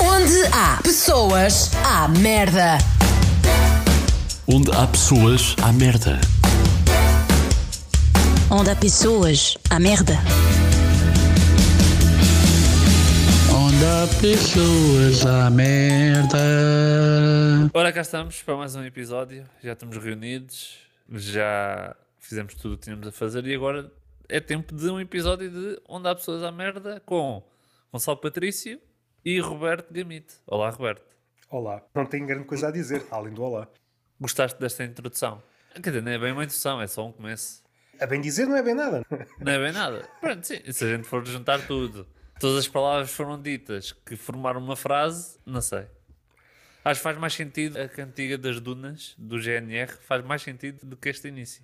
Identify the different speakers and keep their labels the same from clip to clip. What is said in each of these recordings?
Speaker 1: Onde há pessoas, há merda.
Speaker 2: Onde há pessoas, há merda.
Speaker 3: Onde há pessoas, há merda.
Speaker 4: Onde há pessoas à merda.
Speaker 5: Ora, cá estamos para mais um episódio. Já estamos reunidos, já fizemos tudo o que tínhamos a fazer e agora é tempo de um episódio de Onde há pessoas à merda com Gonçalo Patrício e Roberto Gamite. Olá, Roberto.
Speaker 6: Olá. Não tenho grande coisa a dizer, além do olá.
Speaker 5: Gostaste desta introdução? Quer dizer, não é bem uma introdução, é só um começo.
Speaker 6: A bem dizer não é bem nada.
Speaker 5: Não é bem nada. Pronto, sim. Se a gente for juntar tudo, todas as palavras foram ditas que formaram uma frase, não sei. Acho que faz mais sentido a cantiga das dunas do GNR, faz mais sentido do que este início.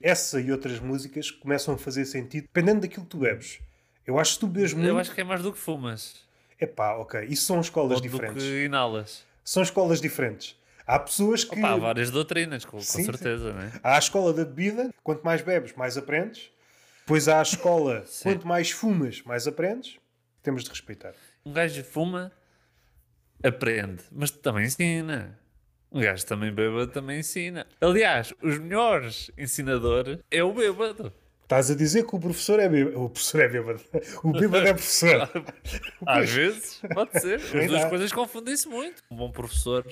Speaker 6: Essa e outras músicas começam a fazer sentido dependendo daquilo que tu bebes. Eu acho que tu bebes muito.
Speaker 5: Eu acho que é mais do que fumas.
Speaker 6: Epá, ok. Isso são escolas
Speaker 5: Ou do
Speaker 6: diferentes.
Speaker 5: que inalas.
Speaker 6: São escolas diferentes. Há pessoas que.
Speaker 5: Opa, há várias doutrinas, com, com
Speaker 6: Sim, sim.
Speaker 5: certeza, né?
Speaker 6: Há a escola da bebida, quanto mais bebes, mais aprendes. Pois há a escola, quanto mais fumas, mais aprendes. Temos de respeitar.
Speaker 5: Um gajo fuma, aprende, mas também ensina. Um gajo também bêbado também ensina. Aliás, os melhores ensinadores é o bêbado.
Speaker 6: Estás a dizer que o professor é bêbado. O professor é bêbado. O bêbado é professor.
Speaker 5: Às vezes, pode ser. As duas
Speaker 6: Verdade.
Speaker 5: coisas confundem-se muito. Um bom professor,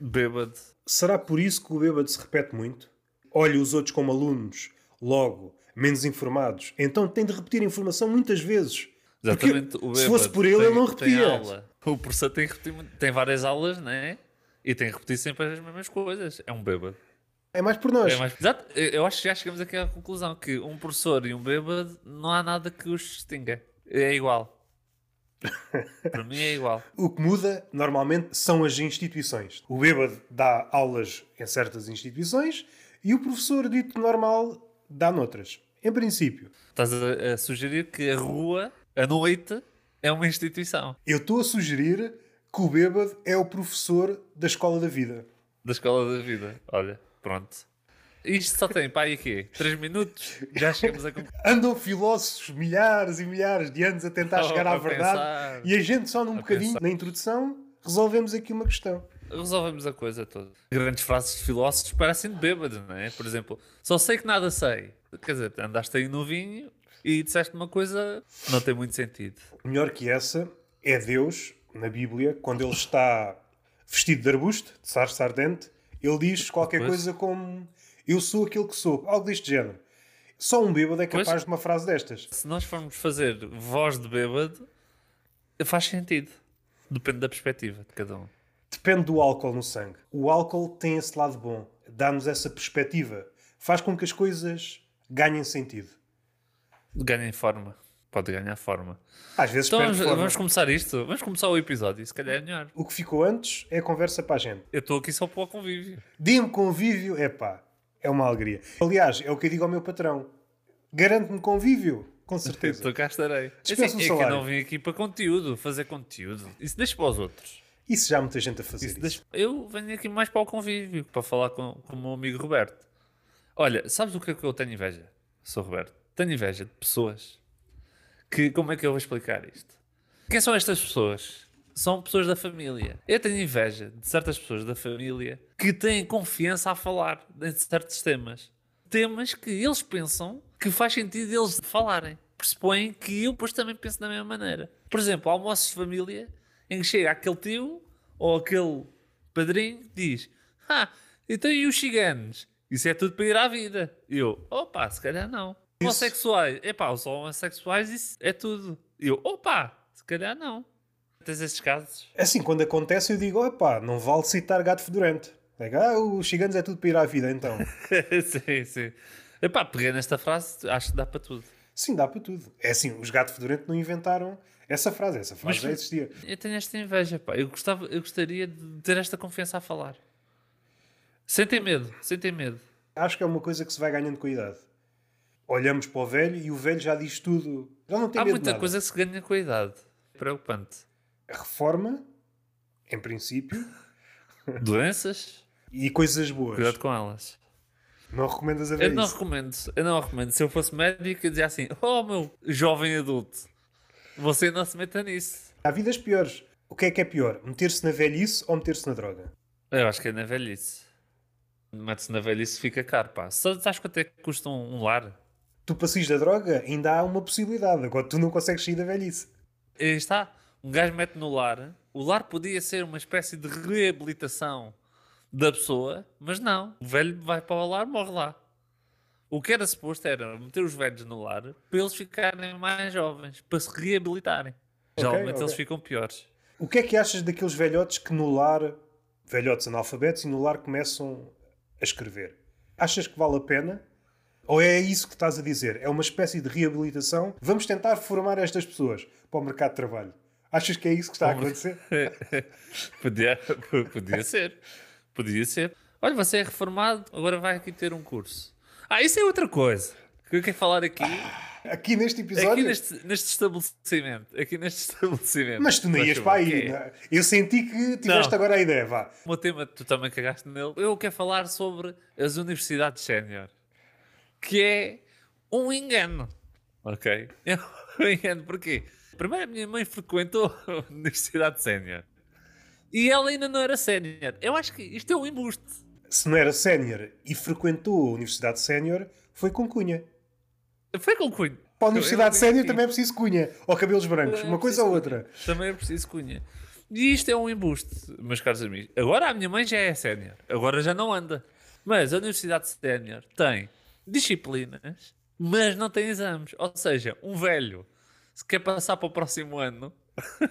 Speaker 5: bêbado.
Speaker 6: Será por isso que o bêbado se repete muito? Olha os outros como alunos, logo, menos informados. Então tem de repetir a informação muitas vezes. Porque
Speaker 5: Exatamente, o
Speaker 6: se
Speaker 5: bêbado
Speaker 6: fosse por ele,
Speaker 5: tem-
Speaker 6: ele não
Speaker 5: Tem
Speaker 6: repetia.
Speaker 5: aula. O professor tem que repetir muito. Tem várias aulas, né? E tem que repetir sempre as mesmas coisas. É um bêbado.
Speaker 6: É mais por nós.
Speaker 5: É mais- Exato. Eu eu acho que já chegamos aqui à conclusão que um professor e um bêbado não há nada que os distinga. É igual. Para mim é igual.
Speaker 6: O que muda, normalmente, são as instituições. O bêbado dá aulas em certas instituições e o professor dito normal dá noutras. Em princípio.
Speaker 5: Estás a, a sugerir que a rua, a noite, é uma instituição
Speaker 6: Eu estou a sugerir que o bêbado é o professor da escola da vida.
Speaker 5: da escola da vida. Olha, pronto. Isto só tem, pá, e quê? Três minutos? Já chegamos a conclusão.
Speaker 6: Andam filósofos milhares e milhares de anos a tentar
Speaker 5: Não,
Speaker 6: chegar
Speaker 5: Oh, a
Speaker 6: à verdade
Speaker 5: pensar.
Speaker 6: e a gente só num bocadinho
Speaker 5: pensar.
Speaker 6: na introdução resolvemos aqui uma questão.
Speaker 5: Resolvemos a coisa toda. Grandes frases de filósofos parecem de bêbado, não é? Por exemplo, só sei que nada sei. Quer dizer, andaste aí no vinho e disseste uma coisa não tem muito sentido.
Speaker 6: Melhor que essa é Deus na Bíblia, quando ele está vestido de arbusto, de sarça ardente, ele diz qualquer
Speaker 5: Pois.
Speaker 6: coisa como eu sou aquilo que sou, algo deste género. Só um bêbado é capaz
Speaker 5: Pois.
Speaker 6: de uma frase destas.
Speaker 5: Se nós formos fazer voz de bêbado, faz sentido. Depende da perspectiva de cada um.
Speaker 6: Depende do álcool no sangue. O álcool tem esse lado bom, dá-nos essa perspectiva, faz com que as coisas ganhem sentido.
Speaker 5: Ganha em forma. Pode ganhar forma.
Speaker 6: Às vezes
Speaker 5: Então
Speaker 6: perde
Speaker 5: vamos,
Speaker 6: forma.
Speaker 5: vamos começar isto. Vamos começar o episódio. Se calhar é melhor.
Speaker 6: O que ficou antes é conversa para a gente.
Speaker 5: Eu estou aqui só para o convívio.
Speaker 6: Dê-me convívio, é pá, é uma alegria. Aliás, é o que eu digo ao meu patrão. Garante-me convívio, com certeza.
Speaker 5: Estou cá estarei. Assim,
Speaker 6: Dispensa um
Speaker 5: é que eu
Speaker 6: salário.
Speaker 5: não vim aqui para conteúdo, fazer conteúdo. Isso deixa para os outros.
Speaker 6: Isso já há muita gente a fazer.
Speaker 5: Isso
Speaker 6: Isso
Speaker 5: deixa- Eu venho aqui mais para o convívio, para falar com, com o meu amigo Roberto. Olha, sabes o que é que eu tenho inveja? Sou Roberto. Tenho inveja de pessoas que. Como é que eu vou explicar isto? Quem são estas pessoas? São pessoas da família. Eu tenho inveja de certas pessoas da família que têm confiança a falar em certos temas. Temas que eles pensam que faz sentido eles falarem. Pressupõem que eu depois também penso da mesma maneira. Por exemplo, almoços de família em que chega aquele tio ou aquele padrinho que diz: Ah, então e os ciganos? Isso é tudo para ir à vida. E eu, opa, se calhar não. Homossexuais, epá, os homossexuais, isso é tudo. E eu, opa, se calhar não. Tens esses casos?
Speaker 6: Assim, quando acontece, eu digo: opá, não vale citar gato fedorento. É que, ah, os gigantes é tudo para ir à vida, então.
Speaker 5: sim, sim. Epá, peguei nesta frase, acho que dá para tudo.
Speaker 6: Sim, dá para tudo. É assim, os gato fedorento não inventaram essa frase. Essa frase
Speaker 5: Mas-
Speaker 6: já existia.
Speaker 5: Eu tenho esta inveja, pá. Eu, gostava, eu gostaria de ter esta confiança a falar. Sem ter medo, sem ter medo.
Speaker 6: Acho que é uma coisa que se vai ganhando com a idade. Olhamos para o velho e o velho já diz tudo. Já não tem
Speaker 5: Há
Speaker 6: medo de
Speaker 5: muita
Speaker 6: nada.
Speaker 5: coisa que se ganha com a idade. Preocupante.
Speaker 6: A reforma, em princípio,
Speaker 5: Doenças,
Speaker 6: e coisas boas.
Speaker 5: cuidado com elas.
Speaker 6: Não recomendas a ver
Speaker 5: Eu não
Speaker 6: É isso.
Speaker 5: recomendo, eu não recomendo. Se eu fosse médico, eu dizia assim: Oh, meu jovem adulto, você não se meta nisso.
Speaker 6: Há vidas piores. O que é que é pior? Meter-se na velhice ou meter-se na droga?
Speaker 5: Eu acho que é na velhice. Mete-se na velhice fica caro, pá. Só- Sabes quanto é que custa um, um lar?
Speaker 6: Tu passes da droga, ainda há uma possibilidade. Agora tu não consegues sair da velhice.
Speaker 5: Aí está. Um gajo mete no lar. O lar podia ser uma espécie de reabilitação da pessoa, mas não. O velho vai para o lar, morre lá. O que era suposto era meter os velhos no lar para eles ficarem mais jovens, para se reabilitarem. Geralmente
Speaker 6: ok.
Speaker 5: eles ficam piores.
Speaker 6: O que é que achas daqueles velhotes que no lar, velhotes analfabetos, e no lar começam a escrever? Achas que vale a pena? Ou é isso que estás a dizer? É uma espécie de reabilitação? Vamos tentar formar estas pessoas para o mercado de trabalho. Achas que é isso que está a acontecer?
Speaker 5: podia, podia ser. Podia ser. Olha, você é reformado, agora vai aqui ter um curso. Ah, isso é outra coisa. O que eu quero falar aqui,
Speaker 6: Aqui neste episódio?
Speaker 5: aqui neste, neste estabelecimento. Aqui neste estabelecimento.
Speaker 6: Mas tu não
Speaker 5: Mas,
Speaker 6: ias para
Speaker 5: ok.
Speaker 6: aí. não é? Eu senti que tiveste
Speaker 5: Não.
Speaker 6: agora a ideia, vá.
Speaker 5: O meu tema, tu também cagaste nele. Eu quero falar sobre as universidades sénior, que é um engano. Ok? É um engano, porquê? Primeiro, a minha mãe frequentou a universidade sénior e ela ainda não era sénior. Eu acho que isto é um embuste.
Speaker 6: Se não era sénior e frequentou a Universidade Sénior, foi com cunha.
Speaker 5: Foi com cunho.
Speaker 6: Para a
Speaker 5: Eu- eu-
Speaker 6: Universidade Sénior também é preciso cunha. Ou cabelos brancos,
Speaker 5: Também é
Speaker 6: uma coisa ou
Speaker 5: preciso
Speaker 6: outra.
Speaker 5: cunha. Também é preciso cunha. E isto é um embuste, meus caros amigos. Agora a minha mãe já é sénior, agora já não anda. Mas a Universidade Sénior tem disciplinas, mas não tem exames. Ou seja, um velho, se quer passar para o próximo ano,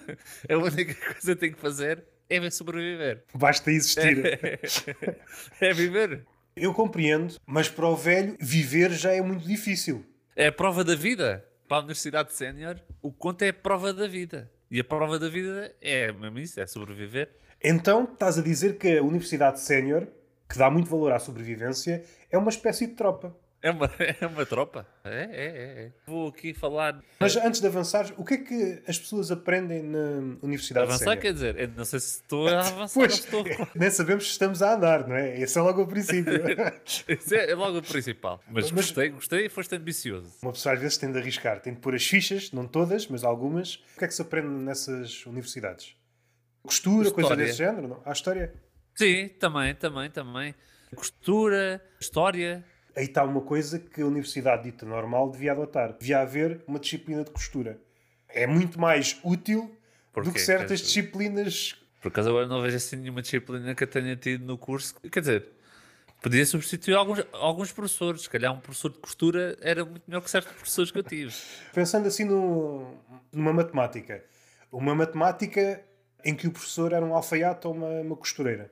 Speaker 5: a única coisa que tem que fazer é sobreviver.
Speaker 6: Basta existir.
Speaker 5: É viver.
Speaker 6: Eu compreendo, mas para o velho, viver já é muito difícil.
Speaker 5: É a prova da vida. Para a Universidade Sénior, o conto é a prova da vida. E a prova da vida é mesmo isso, é sobreviver.
Speaker 6: Então, estás a dizer que a Universidade Sénior, que dá muito valor à sobrevivência, é uma espécie de tropa.
Speaker 5: É uma, é uma tropa. É, é, é, é. Vou aqui falar.
Speaker 6: Mas antes de avançares, o que é que as pessoas aprendem na Universidade
Speaker 5: Avançar
Speaker 6: Sénior?
Speaker 5: quer dizer, eu não sei se estou a avançar ou
Speaker 6: Pois,
Speaker 5: estou a
Speaker 6: nem sabemos se estamos a andar, não é? Esse é logo o princípio.
Speaker 5: Isso é logo o principal. Mas,
Speaker 6: Mas-
Speaker 5: gostei, gostei e foste ambicioso.
Speaker 6: Uma pessoa às vezes tem de arriscar, tem de pôr as fichas, não todas, mas algumas. O que é que se aprende nessas universidades? Costura, coisas
Speaker 5: História.
Speaker 6: desse género? Não? Há história?
Speaker 5: Sim, também, também, também. Costura, história.
Speaker 6: Aí está uma coisa que a universidade dita normal devia adotar. Devia haver uma disciplina de costura. É muito mais útil do
Speaker 5: Porquê?
Speaker 6: que certas
Speaker 5: Queres-
Speaker 6: disciplinas.
Speaker 5: Por acaso agora não vejo assim nenhuma disciplina que eu tenha tido no curso. Quer dizer, podia substituir alguns, alguns professores. Se calhar um professor de costura era muito melhor que certos professores que eu tive.
Speaker 6: Pensando assim no- numa matemática. Uma matemática em que o professor era um alfaiate ou uma, uma costureira.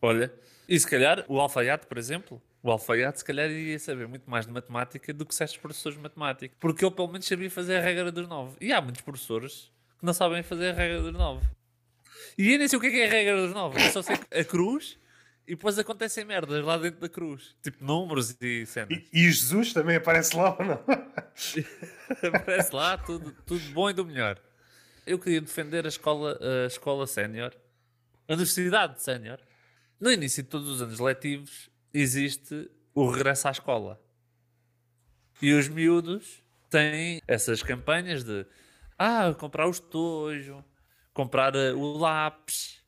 Speaker 5: Olha, e se calhar o alfaiate, por exemplo, o alfaiate se calhar iria saber muito mais de matemática do que certos professores de matemática, porque ele pelo menos sabia fazer a regra dos nove. E há muitos professores que não sabem fazer a regra dos nove. E eu nem sei o que é, que é a regra dos nove, eu só sei que a cruz e depois acontecem merdas lá dentro da cruz, tipo números e cenas.
Speaker 6: E, e Jesus também aparece lá ou não?
Speaker 5: Aparece lá tudo, tudo bom e do melhor. Eu queria defender a escola, a escola sénior, a universidade sénior. No início de todos os anos letivos existe o regresso à escola. E os miúdos têm essas campanhas de ah, comprar o estojo, comprar eh, o lápis.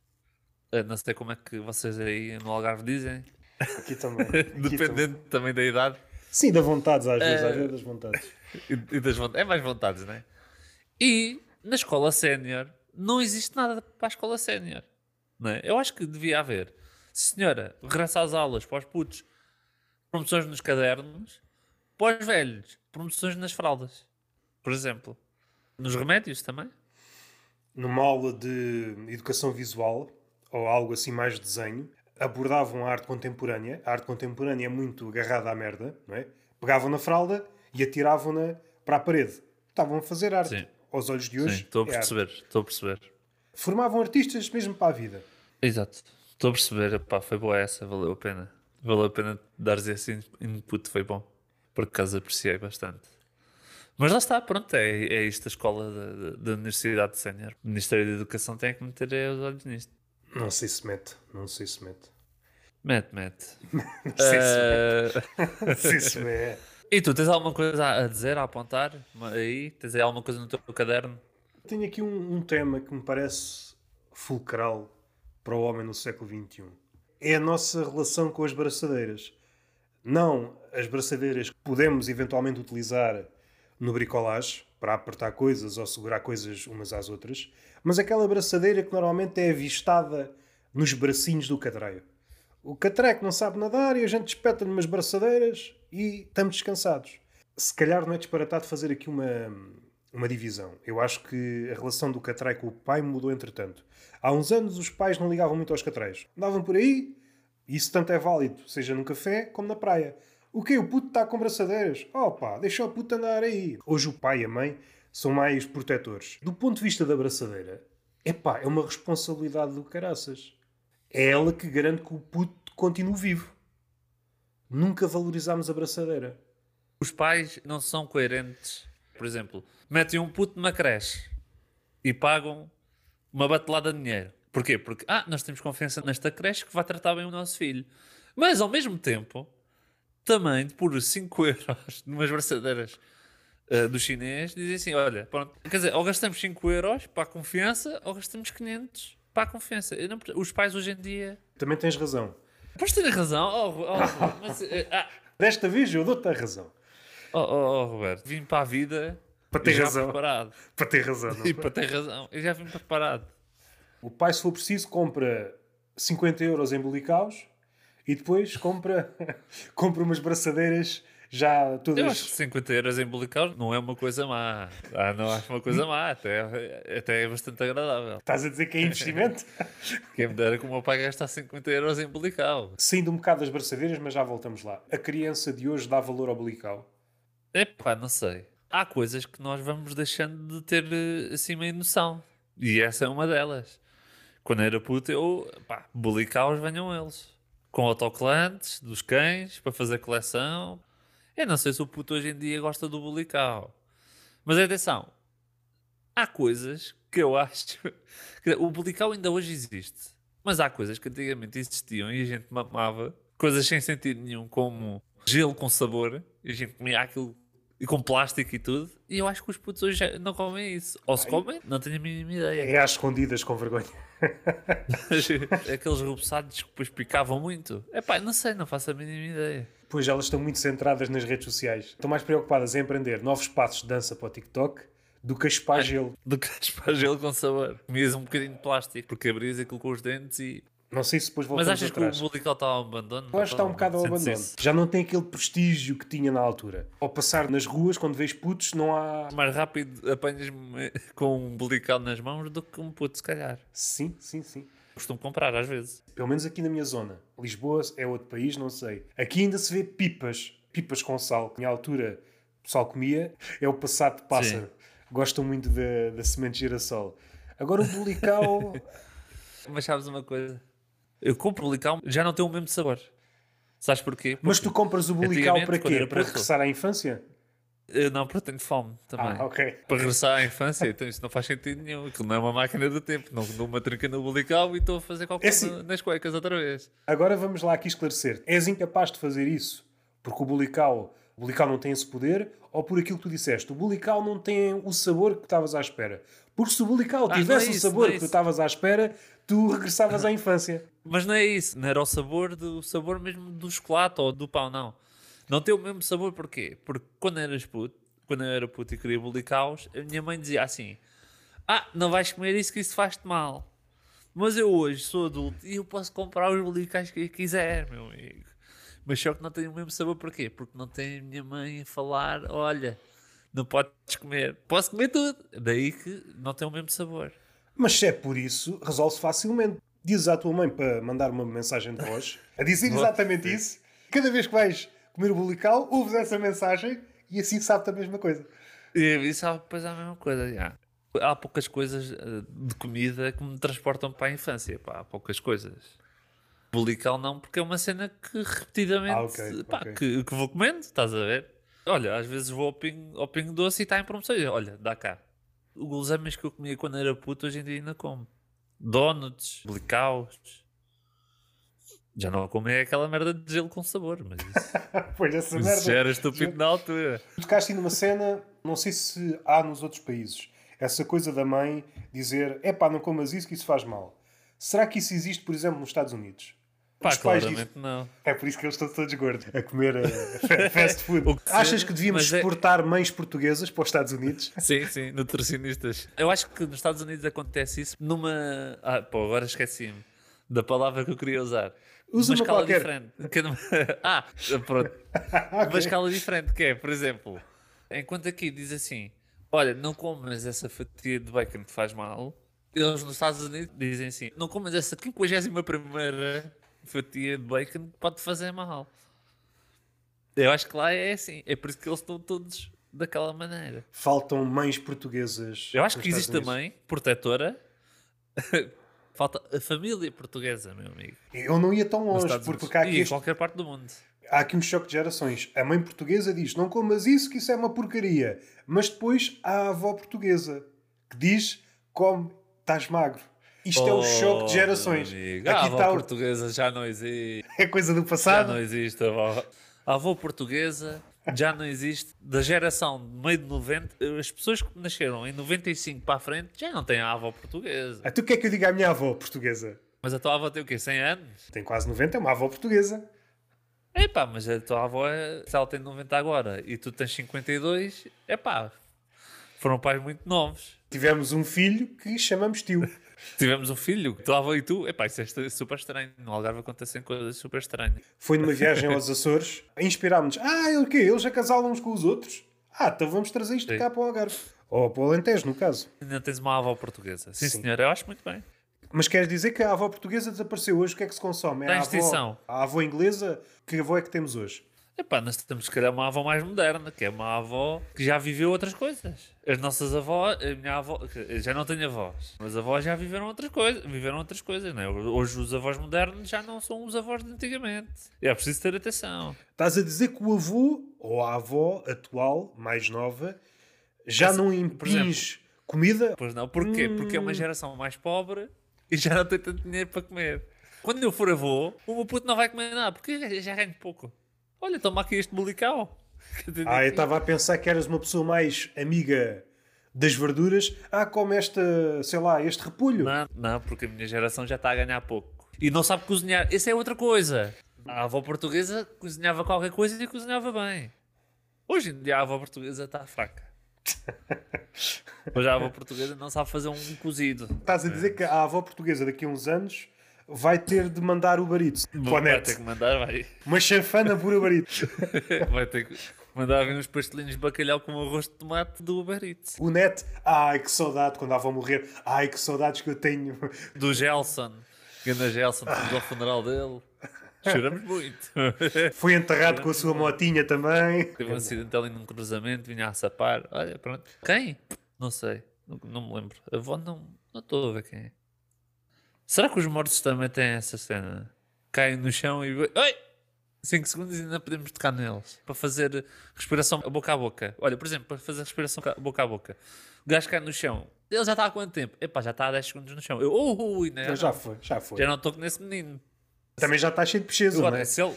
Speaker 5: Eh, não sei como é que vocês aí no Algarve dizem,
Speaker 6: Aqui também. Aqui também.
Speaker 5: dependendo Eh, também da idade.
Speaker 6: Sim, da vontades às vezes, às vezes das vontades.
Speaker 5: E- e das von- É mais vontades, não é? E na escola sénior não existe nada para a escola sénior. não é? Eu acho que devia haver. Senhora, regresso às aulas para os putos, promoções nos cadernos, para os velhos, promoções nas fraldas, por exemplo. Nos remédios também.
Speaker 6: numa aula de educação visual ou algo assim mais de desenho, abordavam a arte contemporânea. A arte contemporânea é muito agarrada à merda, não é? Pegavam na fralda e atiravam-na para a parede. Estavam a fazer arte.
Speaker 5: Sim.
Speaker 6: Aos olhos de
Speaker 5: Sim,
Speaker 6: hoje,
Speaker 5: estou a
Speaker 6: é arte.
Speaker 5: perceber, estou a perceber.
Speaker 6: Formavam artistas mesmo para a vida.
Speaker 5: Exato. Estou a perceber, Epá, foi boa essa, valeu a pena. Valeu a pena dares esse in- input, foi bom. Por acaso apreciei bastante. Mas lá está, pronto, é, é isto a escola da- da, da Universidade de Sénior. O Ministério da Educação tem que meter é os olhos nisto.
Speaker 6: Não sei se mete, não sei se mete.
Speaker 5: Mete, mete.
Speaker 6: Não sei se mete.
Speaker 5: Ah,
Speaker 6: Não sei se é. mete.
Speaker 5: e tu tens alguma coisa a a dizer, a apontar? Ma- Aí? Tens aí alguma coisa no teu caderno?
Speaker 6: Tenho aqui um, um tema que me parece fulcral para o homem no século XXI. É a nossa relação com as braçadeiras. Não as braçadeiras que podemos eventualmente utilizar no bricolage para apertar coisas ou segurar coisas umas às outras, mas aquela braçadeira que normalmente é avistada nos bracinhos do catraio. O catraio que não sabe nadar e a gente espeta-lhe umas braçadeiras e estamos descansados. Se calhar não é disparatado fazer aqui uma, uma divisão. Eu acho que a relação do catraio com o pai mudou entretanto. Há uns anos os pais não ligavam muito aos catrais. Andavam por aí, e isso tanto é válido, seja num café como na praia. O que O puto está com braçadeiras? Oh pá, deixa o puto andar aí. Hoje o pai e a mãe são mais protetores. Do ponto de vista da braçadeira, é pá, é uma responsabilidade do caraças. É ela que garante que o puto continue vivo. Nunca valorizámos a braçadeira.
Speaker 5: Os pais não são coerentes. Por exemplo, metem um puto numa creche e pagam uma batelada de dinheiro. Porquê? Porque, ah, nós temos confiança nesta creche que vai tratar bem o nosso filho. Mas, ao mesmo tempo, também, por 5 euros, numas braçadeiras ah, do chinês, dizem assim, olha, pronto. Quer dizer, ou gastamos 5 euros para a confiança, ou gastamos 500 para a confiança. Eu não perce- os pais hoje em dia...
Speaker 6: Também tens razão.
Speaker 5: Podes ter razão, oh, oh, mas, eh, ah,
Speaker 6: Desta vez eu dou-te a razão.
Speaker 5: oh, oh, oh, Roberto, vim para a vida...
Speaker 6: Para ter
Speaker 5: já Tipo.
Speaker 6: razão.
Speaker 5: Preparado.
Speaker 6: Para ter razão. não
Speaker 5: E
Speaker 6: é?
Speaker 5: para ter razão, eu já vim preparado.
Speaker 6: O pai, se for preciso, compra 50 euros em bolicaus e depois compra, compra umas braçadeiras já
Speaker 5: Eu acho que
Speaker 6: todas.
Speaker 5: 50 euros em Bulicaus não é uma coisa má. Ah, não acho uma coisa má, até, até é bastante agradável.
Speaker 6: Estás a dizer que é investimento?
Speaker 5: Quem me dera que o meu pai gastasse 50 euros em Bulicaus.
Speaker 6: Saindo um bocado das braçadeiras, mas já voltamos lá. A criança de hoje dá valor ao bolicau.
Speaker 5: Epá, não sei. Há coisas que nós vamos deixando de ter eh, assim meio noção. E essa é uma delas. Quando era puto, eu. pá, bulicaus venham eles. Com autocolantes dos cães para fazer coleção. Eu não sei se o puto hoje em dia gosta do bulical. Mas atenção, há coisas que eu acho. quer dizer, O bulical ainda hoje existe. Mas há coisas que antigamente existiam e a gente mamava. Coisas sem sentido nenhum, como gelo com sabor. E a gente comia aquilo e com plástico e tudo. E eu acho que os putos hoje já não comem isso. Ou se comem, não tenho a mínima ideia.
Speaker 6: É às escondidas com vergonha.
Speaker 5: Aqueles rubuçados que depois picavam muito. É pá, não sei, não faço a mínima ideia.
Speaker 6: Pois elas estão muito centradas nas redes sociais. Estão mais preocupadas em aprender novos passos de dança para o TikTok do que a chupar gelo.
Speaker 5: Do que para gelo com sabor. Comias um bocadinho de plástico, porque abrias aquilo com os dentes e.
Speaker 6: Não sei se depois
Speaker 5: Mas
Speaker 6: voltamos
Speaker 5: achas que
Speaker 6: atrás.
Speaker 5: o bulical está ao abandono?
Speaker 6: Eu acho que está um bocado ao
Speaker 5: Sentes
Speaker 6: abandono.
Speaker 5: isso?
Speaker 6: Já não tem aquele prestígio que tinha na altura. Ao passar nas ruas, quando vês putos, não há.
Speaker 5: Mais rápido apanhas-me com um bulical nas mãos do que um puto, se calhar.
Speaker 6: Sim, sim, sim.
Speaker 5: Costumo comprar às vezes.
Speaker 6: Pelo menos aqui na minha zona. Lisboa é outro país, não sei. Aqui ainda se vê pipas. Pipas com sal. Na altura, o pessoal comia. É o passado de pássaro. Gostam muito da, da semente de girassol. Agora o bulical.
Speaker 5: Mas sabes uma coisa? Eu compro o bulical, já não tem o mesmo sabor. Sabes porquê?
Speaker 6: Mas tu compras o bulical
Speaker 5: Antigamente,
Speaker 6: para
Speaker 5: quando
Speaker 6: quê?
Speaker 5: era
Speaker 6: Para
Speaker 5: puto.
Speaker 6: regressar à infância?
Speaker 5: Eu não, porque tenho fome também.
Speaker 6: Ah, ok.
Speaker 5: Para regressar à infância, então isso não faz sentido nenhum. Aquilo não é uma máquina do tempo. Não dou uma trinca no bulical e estou a fazer qualquer
Speaker 6: É assim.
Speaker 5: coisa nas cuecas outra vez.
Speaker 6: Agora vamos lá aqui esclarecer. És incapaz de fazer isso porque o bulical, o bulical não tem esse poder ou por aquilo que tu disseste? O bulical não tem o sabor que estavas à espera. Porque se o bulical
Speaker 5: Ah, não é
Speaker 6: tivesse o
Speaker 5: isso,
Speaker 6: sabor
Speaker 5: não é
Speaker 6: que tu
Speaker 5: isso.
Speaker 6: estavas à espera, tu regressavas à infância.
Speaker 5: Mas não é isso. Não era o sabor do o sabor mesmo do chocolate ou do pão, não. Não tem o mesmo sabor, porquê? Porque quando eras puto, quando eu era puto e queria bulicaus, a minha mãe dizia assim: Ah, não vais comer isso que isso faz-te mal. Mas eu hoje sou adulto e eu posso comprar os bulicais que eu quiser, meu amigo. Mas só que não tem o mesmo sabor, porquê? Porque não tem a minha mãe a falar: Olha, não podes comer. Posso comer tudo. é Daí que não tem o mesmo sabor.
Speaker 6: Mas se é por isso, resolve-se facilmente. Dizes à tua mãe para mandar uma mensagem de voz a dizer exatamente isso. Cada vez que vais comer o bulical, ouves essa mensagem e assim sabe-te a mesma coisa.
Speaker 5: E eu disse, ah, pois é a mesma coisa, já. Há poucas coisas eh, de comida que me transportam para a infância, pá, há poucas coisas. Bulical não, porque é uma cena que repetidamente,
Speaker 6: Ah, ok,
Speaker 5: pá,
Speaker 6: ok.
Speaker 5: Que, que vou comendo, estás a ver? Olha, às vezes vou ao Pingo, ao Pingo Doce e está em promoção. E eu, Olha, dá cá. O guloseimas que eu comia quando era puto, hoje em dia ainda como. Donuts, bulicaus. Já não como é aquela merda de gelo com sabor, mas isso,
Speaker 6: Pois essa merda.
Speaker 5: isso já era estúpido na altura.
Speaker 6: Tocaste aí numa cena, não sei se há nos outros países. Essa coisa da mãe dizer epá, não comas isso que isso faz mal. Será que isso existe, por exemplo, nos Estados Unidos?
Speaker 5: Pá,
Speaker 6: Os pais
Speaker 5: claramente não.
Speaker 6: É por isso que eles estão todos gordos a comer eh, fast food.
Speaker 5: O que seja,
Speaker 6: Achas que devíamos
Speaker 5: mas é-
Speaker 6: exportar mães portuguesas para os Estados Unidos?
Speaker 5: Sim, sim, nutricionistas. Eu acho que nos Estados Unidos acontece isso numa. Ah, pô, agora esqueci-me da palavra que eu queria usar.
Speaker 6: Usa
Speaker 5: uma
Speaker 6: uma
Speaker 5: escala
Speaker 6: qualquer.
Speaker 5: diferente. Que não- ah, pronto. Uma escala diferente, que é, por exemplo, enquanto aqui diz assim: olha, não comas essa fatia de bacon que faz mal, eles nos Estados Unidos dizem assim: não comas essa 51 fatia de bacon que pode fazer mal. Eu acho que lá é assim, é por isso que eles estão todos daquela maneira.
Speaker 6: Faltam mães portuguesas.
Speaker 5: Eu acho
Speaker 6: nos
Speaker 5: que existe
Speaker 6: Estados Unidos.
Speaker 5: também, protetora. Falta a família portuguesa, meu amigo.
Speaker 6: Eu não ia tão
Speaker 5: nos
Speaker 6: longe,
Speaker 5: Estados
Speaker 6: porque
Speaker 5: Unidos.
Speaker 6: há aqui,
Speaker 5: e em
Speaker 6: este-
Speaker 5: qualquer parte do mundo.
Speaker 6: há aqui um choque de gerações. A mãe portuguesa diz: não comas isso, que isso é uma porcaria. Mas depois há a avó portuguesa que diz: come, estás magro. Isto é o choque de gerações.
Speaker 5: Aqui Oh, a
Speaker 6: Aqui
Speaker 5: Ah, avó
Speaker 6: está o-
Speaker 5: portuguesa já não existe.
Speaker 6: é coisa do
Speaker 5: Já
Speaker 6: passado.
Speaker 5: não existe a avó. A avó portuguesa já não existe. Da geração de meio de 90, as pessoas que nasceram em 95 para a frente já não têm a avó portuguesa.
Speaker 6: Até o que é que eu digo à minha avó portuguesa?
Speaker 5: Mas a tua avó tem o quê? 100 anos?
Speaker 6: Tem quase 90, é uma avó portuguesa.
Speaker 5: Epá, mas a tua avó, é- se ela tem 90 agora e tu tens 52, epá, foram pais muito novos.
Speaker 6: Tivemos um filho que chamamos tio.
Speaker 5: Tivemos um filho, tua avó e tu, epá, isso é est- super estranho. No Algarve acontecem coisas super estranhas.
Speaker 6: Foi numa viagem aos Açores. Inspirámos-nos. Ah, é o quê? Eles já casaram uns com os outros? Ah, então vamos trazer isto
Speaker 5: Sim.
Speaker 6: cá para o Algarve. Ou para o Alentejo, no caso.
Speaker 5: Ainda tens uma avó portuguesa. Sim,
Speaker 6: Sim.
Speaker 5: senhor, eu acho muito bem.
Speaker 6: Mas queres dizer que a avó portuguesa desapareceu hoje? O que é que se consome? É
Speaker 5: Tem
Speaker 6: a
Speaker 5: extinção.
Speaker 6: avó, a avó inglesa? Que avó é que temos hoje?
Speaker 5: Epá, nós temos se calhar uma avó mais moderna, que é uma avó que já viveu outras coisas. As nossas avós, a minha avó, eu já não tenho avós, mas avós já viveram outras coisas, viveram outras coisas, não é? Hoje os avós modernos já não são os avós de antigamente. É preciso ter atenção.
Speaker 6: Estás a dizer que o avô ou a avó atual, mais nova, já
Speaker 5: Essa-
Speaker 6: não
Speaker 5: por exemplo.
Speaker 6: impinge comida?
Speaker 5: Pois não, porquê? Porque é
Speaker 6: Hum.
Speaker 5: uma geração mais pobre e já não tem tanto dinheiro para comer. Quando eu for avô, o meu puto não vai comer nada, porque eu já ganho pouco. Olha, toma aqui este bulical.
Speaker 6: Ah, eu estava a pensar que eras uma pessoa mais amiga das verduras. Ah, come esta, sei lá, este repolho.
Speaker 5: Não, não, porque a minha geração já está a ganhar pouco. E não sabe cozinhar. Isso é outra coisa. A avó portuguesa cozinhava qualquer coisa e cozinhava bem. Hoje em dia a avó portuguesa está fraca. Hoje a avó portuguesa não sabe fazer um cozido.
Speaker 6: Estás a dizer que a avó portuguesa daqui a uns anos vai ter de mandar o barito.
Speaker 5: Vai ter que mandar, vai.
Speaker 6: Uma chanfana por barito.
Speaker 5: Vai ter que mandar vir uns pastelinhos de bacalhau com arroz de tomate do Uber Eats.
Speaker 6: O net, ai que saudade quando a avó morrer. Ai que saudades que eu tenho.
Speaker 5: Do Gelson. Ganda Gelson, fomos ao funeral dele. Choramos muito.
Speaker 6: Foi enterrado com a sua motinha também.
Speaker 5: Teve um acidente ali num cruzamento, vinha a sapar. Olha, pronto. Quem? Não sei. Não, não me lembro. A avó não não estou a ver quem é. Será que os mortos também têm essa cena? Caem no chão e. Oi! 5 segundos e ainda podemos tocar neles. Para fazer respiração boca a boca. Olha, por exemplo, para fazer respiração ca- boca a boca. O gajo cai no chão. Ele já está há quanto tempo? Epá, já está há 10 segundos no chão. Eu, oh, ui, né?
Speaker 6: Já foi, já foi.
Speaker 5: Já não estou com esse menino.
Speaker 6: Também já está cheio de pecheza, não
Speaker 5: Agora,
Speaker 6: é?
Speaker 5: se ele.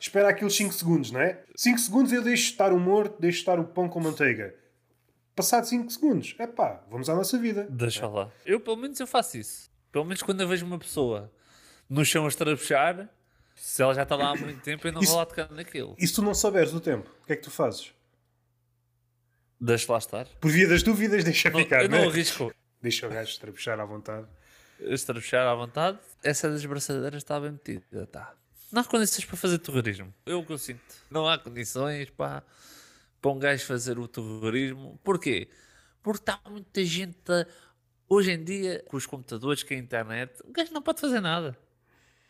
Speaker 6: Espera aqueles 5 segundos, não é? 5 segundos eu deixo estar o morto, deixo estar o pão com manteiga. Passado 5 segundos, é pá, vamos à nossa vida.
Speaker 5: Deixa lá. Eu, pelo menos, eu faço isso. Pelo menos quando eu vejo uma pessoa no chão a estrabuchar, se ela já está lá há muito tempo, eu não
Speaker 6: Isso-
Speaker 5: vou lá tocar naquilo.
Speaker 6: E se tu não souberes do tempo, o que é que tu fazes?
Speaker 5: Deixa lá estar.
Speaker 6: Por via das dúvidas, deixa
Speaker 5: Não-
Speaker 6: ficar,
Speaker 5: eu
Speaker 6: não
Speaker 5: não
Speaker 6: é?
Speaker 5: arrisco
Speaker 6: Deixa o gajo estrapuxar à vontade.
Speaker 5: estrabuchar à vontade. Essa das braçadeiras está bem metida, tá. Não há condições para fazer terrorismo. É o que eu sinto. Não há condições para, para um gajo fazer o terrorismo. Porquê? Porque está muita gente. a- Hoje em dia, com os computadores, com a internet, o gajo não pode fazer nada.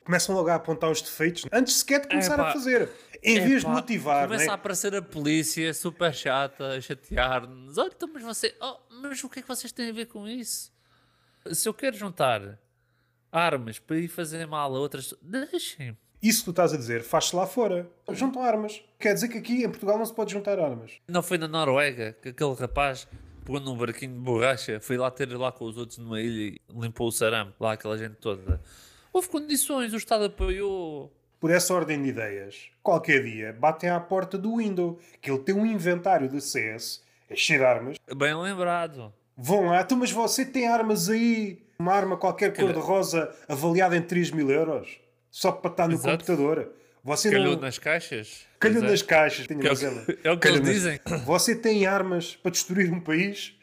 Speaker 6: Começam logo a apontar os defeitos é? antes sequer de começar
Speaker 5: Epá.
Speaker 6: a fazer. Em vez de
Speaker 5: Epá,
Speaker 6: motivar, não
Speaker 5: Começa a
Speaker 6: é?
Speaker 5: aparecer a polícia, super chata, a chatear-nos. Olha, então, mas você. Oh, mas o que é que vocês têm a ver com isso? Se eu quero juntar armas para ir fazer mal a outras. Deixem-me.
Speaker 6: Isso que tu estás a dizer, faz-se lá fora. Juntam armas. Quer dizer que aqui em Portugal não se pode juntar armas.
Speaker 5: Não foi na Noruega que aquele rapaz pegou num barquinho de borracha, foi lá ter lá com os outros numa ilha e limpou o sarampo, lá aquela gente toda. Houve condições, o Estado apoiou.
Speaker 6: Por essa ordem de ideias, qualquer dia batem à porta do Windows, que ele tem um inventário de CS, é cheio de armas.
Speaker 5: Bem lembrado.
Speaker 6: Vão lá, tu, mas você tem armas aí, uma arma qualquer cor-de-rosa avaliada em 3 mil euros, só para estar no
Speaker 5: Exato.
Speaker 6: computador. Você
Speaker 5: Calhou
Speaker 6: não...
Speaker 5: nas caixas.
Speaker 6: Calhou
Speaker 5: Exato.
Speaker 6: nas caixas. Tenho
Speaker 5: É o
Speaker 6: razão.
Speaker 5: que- é o que
Speaker 6: Calhou
Speaker 5: eles
Speaker 6: nas-
Speaker 5: dizem.
Speaker 6: Você tem armas para destruir um país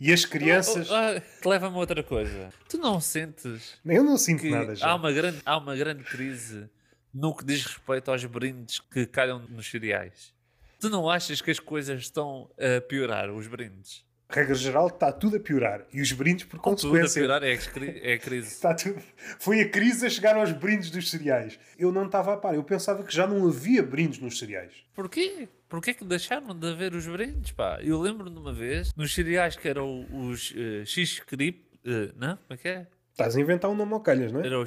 Speaker 6: e as crianças.
Speaker 5: Oh, oh, oh, Leva-me a outra coisa. Tu não sentes
Speaker 6: Eu não sinto
Speaker 5: que
Speaker 6: nada
Speaker 5: há,
Speaker 6: já.
Speaker 5: uma grande, há uma grande crise no que diz respeito aos brindes que calham nos cereais? Tu não achas que as coisas estão a piorar, os brindes?
Speaker 6: Regra geral, está tudo a piorar. E os brindes por
Speaker 5: Tudo a
Speaker 6: consequência.
Speaker 5: piorar é a, cri- é a crise.
Speaker 6: Está tudo- Foi a crise a chegar aos brindes dos cereais. Eu não estava a par. Eu pensava que já não havia brindes nos cereais.
Speaker 5: Porquê? Porquê que deixaram de haver os brindes, pá? Eu lembro-me de uma vez, nos cereais que eram os eh, X-Crip... eh, não? Como é que é?
Speaker 6: Estás a inventar um nome ao calhas, não é?
Speaker 5: Era o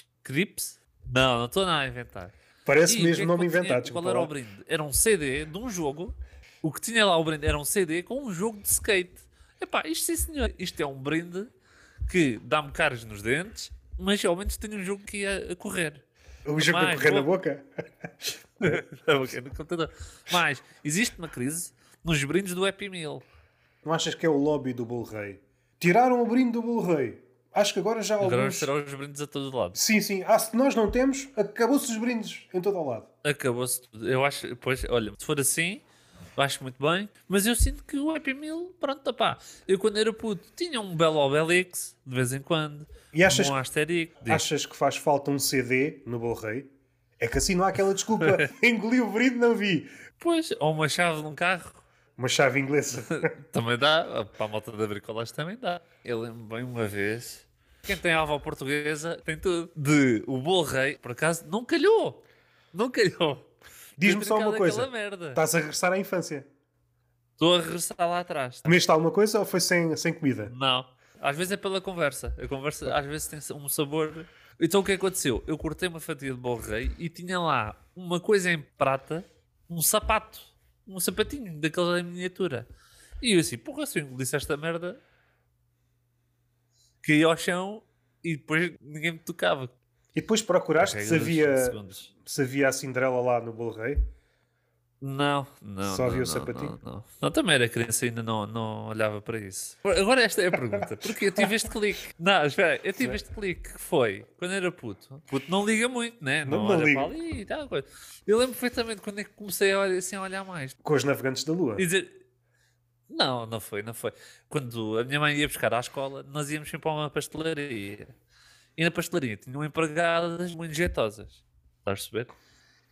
Speaker 5: X-Crips? Não, não estou nada a inventar.
Speaker 6: Parece
Speaker 5: E o que é
Speaker 6: mesmo
Speaker 5: que
Speaker 6: nome tá
Speaker 5: continha-
Speaker 6: inventado. desculpa
Speaker 5: Qual era
Speaker 6: lá.
Speaker 5: o brinde? Era um CD de um jogo. O que tinha lá o brinde era um CD com um jogo de skate. Epá, isto sim senhor, isto é um brinde que dá-me caras nos dentes, mas ao menos tenho um jogo que ia a correr.
Speaker 6: O jogo da
Speaker 5: Mais,
Speaker 6: correr na
Speaker 5: boa.
Speaker 6: boca?
Speaker 5: Estava aqui é no computador. mas existe uma crise nos brindes do Happy Meal.
Speaker 6: Não achas que é o lobby do Bolo Rei? Tiraram o brinde do Bolo Rei. Acho que agora já há
Speaker 5: Agora
Speaker 6: alguns...
Speaker 5: serão os brindes a todo lado.
Speaker 6: Sim, sim. Ah, se nós não temos, acabou-se os brindes em todo o lado.
Speaker 5: Acabou-se tudo. Eu acho, pois, olha, se for assim, eu acho muito bem. Mas eu sinto que o Happy Meal, pronto, pá. Eu quando era puto tinha um belo Obelix, de vez em quando.
Speaker 6: E achas
Speaker 5: um bom
Speaker 6: que-
Speaker 5: Asterix. Diz.
Speaker 6: Achas que faz falta um CD no Bolo Rei? É que assim não há aquela desculpa. Engoli o brinde, não vi.
Speaker 5: Pois, ou uma chave de um carro.
Speaker 6: Uma chave inglesa.
Speaker 5: Também dá. Para a malta da bricolagem também dá. Eu lembro bem uma vez. Quem tem alva portuguesa tem tudo. De o bolo rei, por acaso, não calhou. Não calhou.
Speaker 6: Diz-me
Speaker 5: Ter
Speaker 6: só uma
Speaker 5: trocado
Speaker 6: coisa. Tá-
Speaker 5: aquela merda.
Speaker 6: Estás a regressar à infância.
Speaker 5: Estou a regressar lá atrás.
Speaker 6: Comeste alguma coisa ou foi sem, sem comida?
Speaker 5: Não. Às vezes é pela conversa. A conversa às vezes tem um sabor. Então o que aconteceu? Eu cortei uma fatia de bolo rei e tinha lá uma coisa em prata, um sapato, um sapatinho daquela miniatura. E eu assim, porra, se eu engolisse esta merda, caí ao chão e depois ninguém me tocava.
Speaker 6: E depois procuraste
Speaker 5: Regras
Speaker 6: se
Speaker 5: de
Speaker 6: havia,
Speaker 5: segundos.
Speaker 6: se havia a Cinderela lá no Bolo Rei?
Speaker 5: Não, não.
Speaker 6: Só
Speaker 5: não,
Speaker 6: viu o
Speaker 5: não,
Speaker 6: sapatinho?
Speaker 5: Não, não. Não, também era criança e ainda não, não olhava para isso. Agora esta é a pergunta. Porque eu tive este clique. Não, espera, aí, eu tive este clique que foi quando era puto. Puto não liga muito, né?
Speaker 6: Não-
Speaker 5: Não,
Speaker 6: não
Speaker 5: olha
Speaker 6: liga.
Speaker 5: para ali e tal. coisa. Eu lembro perfeitamente quando é que comecei a olhar, assim, a olhar mais.
Speaker 6: Com os navegantes da Lua?
Speaker 5: E dizer. Não, não foi, não foi. Quando a minha mãe ia buscar à escola, nós íamos sempre a uma pastelaria. E na pastelaria tinham empregadas muito jeitosas. Estás a perceber?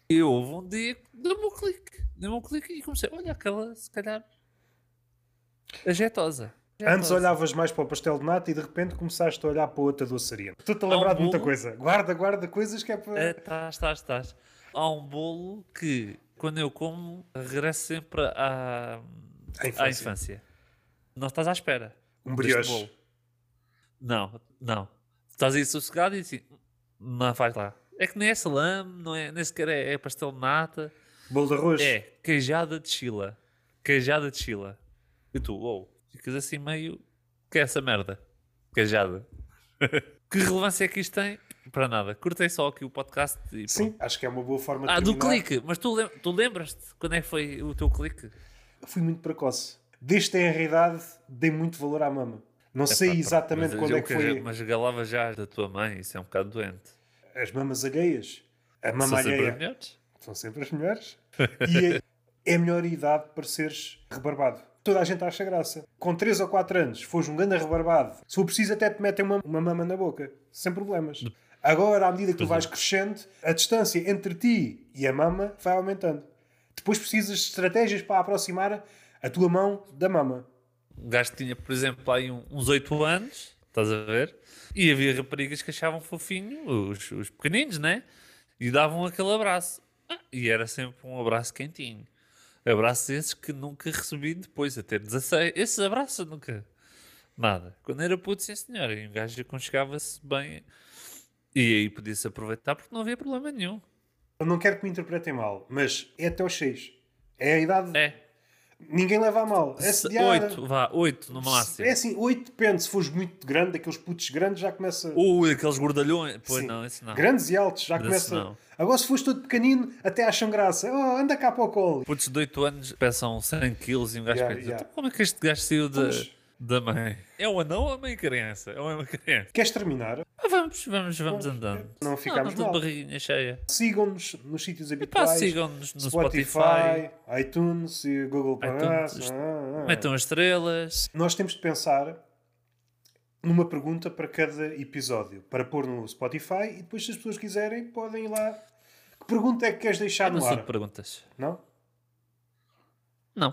Speaker 5: E houve um dia que deu-me um clique. Deu-me um clique e comecei, olha, aquela, se calhar, a jeitosa.
Speaker 6: Antes
Speaker 5: Jeitosa.
Speaker 6: olhavas mais para o pastel de nata e de repente começaste a olhar para outra doçaria. Estou-te a lembrar de muita
Speaker 5: um bolo.
Speaker 6: coisa. Guarda, guarda coisas que é para...
Speaker 5: É, Estás, estás, estás. Há um bolo que, quando eu como, regresso sempre à,
Speaker 6: À
Speaker 5: à
Speaker 6: infância.
Speaker 5: infância. Não estás à espera.
Speaker 6: Um
Speaker 5: deste
Speaker 6: brioche.
Speaker 5: bolo. Não, não. Estás aí sossegado e assim, não faz lá. É que nem é salame, não é, nem sequer é, é pastel de nata.
Speaker 6: Bolo de arroz?
Speaker 5: É, queijada de chila. Queijada de chila. E tu, uou, ficas assim meio... Que é essa merda? Queijada. que relevância é que isto tem? Para nada. Curtei só aqui o podcast e pronto.
Speaker 6: Sim, acho que é uma boa forma de
Speaker 5: Ah, do
Speaker 6: terminar.
Speaker 5: clique. Mas tu, lem- tu lembras-te quando é que foi o teu clique?
Speaker 6: Fui muito precoce. Desde tenra idade, dei muito valor à mama. Não sei
Speaker 5: Pá,
Speaker 6: exatamente
Speaker 5: mas
Speaker 6: quando
Speaker 5: eu
Speaker 6: é que
Speaker 5: queria-
Speaker 6: foi
Speaker 5: Mas galava já da tua mãe, isso é um bocado doente.
Speaker 6: as mamas alheias. A mama
Speaker 5: São sempre
Speaker 6: alheia.
Speaker 5: as melhores?
Speaker 6: São sempre as melhores. E é, é a melhor idade para seres rebarbado. Toda a gente acha graça. Com 3 ou 4 anos, fores um grande rebarbado, se for preciso, até te metem uma, uma mama na boca, sem problemas. Agora, à medida que tu vais crescendo, a distância entre ti e a mama vai aumentando. Depois precisas de estratégias para aproximar a tua mão da mama.
Speaker 5: Um gajo que tinha, por exemplo, aí um- uns 8 anos, estás a ver? E havia raparigas que achavam fofinho os, os pequeninos, né? E davam aquele abraço. Ah, E era sempre um abraço quentinho. Abraços esses que nunca recebi depois, a ter 16. Esses abraços eu nunca. Nada. Quando era puto, sim senhor. E um gajo aconchegava-se bem. E aí podia-se aproveitar porque não havia problema nenhum.
Speaker 6: Eu não quero que me interpretem mal, mas é até aos 6. É a idade.
Speaker 5: É.
Speaker 6: Ninguém leva a mal. É sediar.
Speaker 5: 8, vá, 8 no máximo.
Speaker 6: É assim, 8 depende. Se fores muito grande, aqueles putos grandes já começa.
Speaker 5: Ou aqueles gordalhões. Pois
Speaker 6: Sim.
Speaker 5: não, isso não.
Speaker 6: Grandes e altos, já
Speaker 5: Desse
Speaker 6: começa.
Speaker 5: não.
Speaker 6: Agora, se fores todo pequenino, até acham graça. Oh, anda cá para o colo.
Speaker 5: Putos de 8 anos pesam 100 quilos e um gajo
Speaker 6: Yeah,
Speaker 5: pensa,
Speaker 6: yeah.
Speaker 5: "Então como é que este gajo saiu de,
Speaker 6: Pois.
Speaker 5: da mãe. É um anão ou uma criança? É uma criança.
Speaker 6: Queres terminar?
Speaker 5: Ah, vamos, vamos, vamos andando.
Speaker 6: Não ficamos
Speaker 5: de
Speaker 6: mal.
Speaker 5: barriguinha cheia.
Speaker 6: Sigam-nos nos sítios
Speaker 5: Epá,
Speaker 6: habituais.
Speaker 5: sigam-nos no Spotify,
Speaker 6: Spotify, iTunes e Google Plus.
Speaker 5: iTunes. é
Speaker 6: Ah, ah.
Speaker 5: metam as estrelas.
Speaker 6: Nós temos de pensar numa pergunta para cada episódio, para pôr no Spotify e depois, se as pessoas quiserem, podem ir lá. Que pergunta é que queres deixar
Speaker 5: Eu não
Speaker 6: no
Speaker 5: sou de
Speaker 6: ar?
Speaker 5: perguntas.
Speaker 6: Não?
Speaker 5: Não,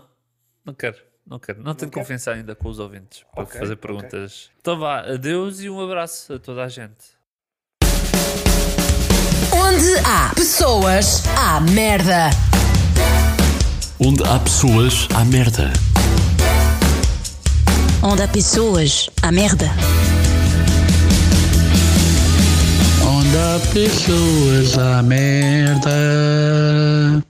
Speaker 5: não quero. Não quero. Não, tenho
Speaker 6: quer?
Speaker 5: confiança ainda com os ouvintes para
Speaker 6: Ok,
Speaker 5: fazer
Speaker 6: ok.
Speaker 5: perguntas. Então vá, adeus e um abraço a toda a gente.
Speaker 1: Onde há pessoas, há merda.
Speaker 2: Onde há pessoas, há merda.
Speaker 3: Onde há pessoas, há merda.
Speaker 4: Onde há pessoas, há merda.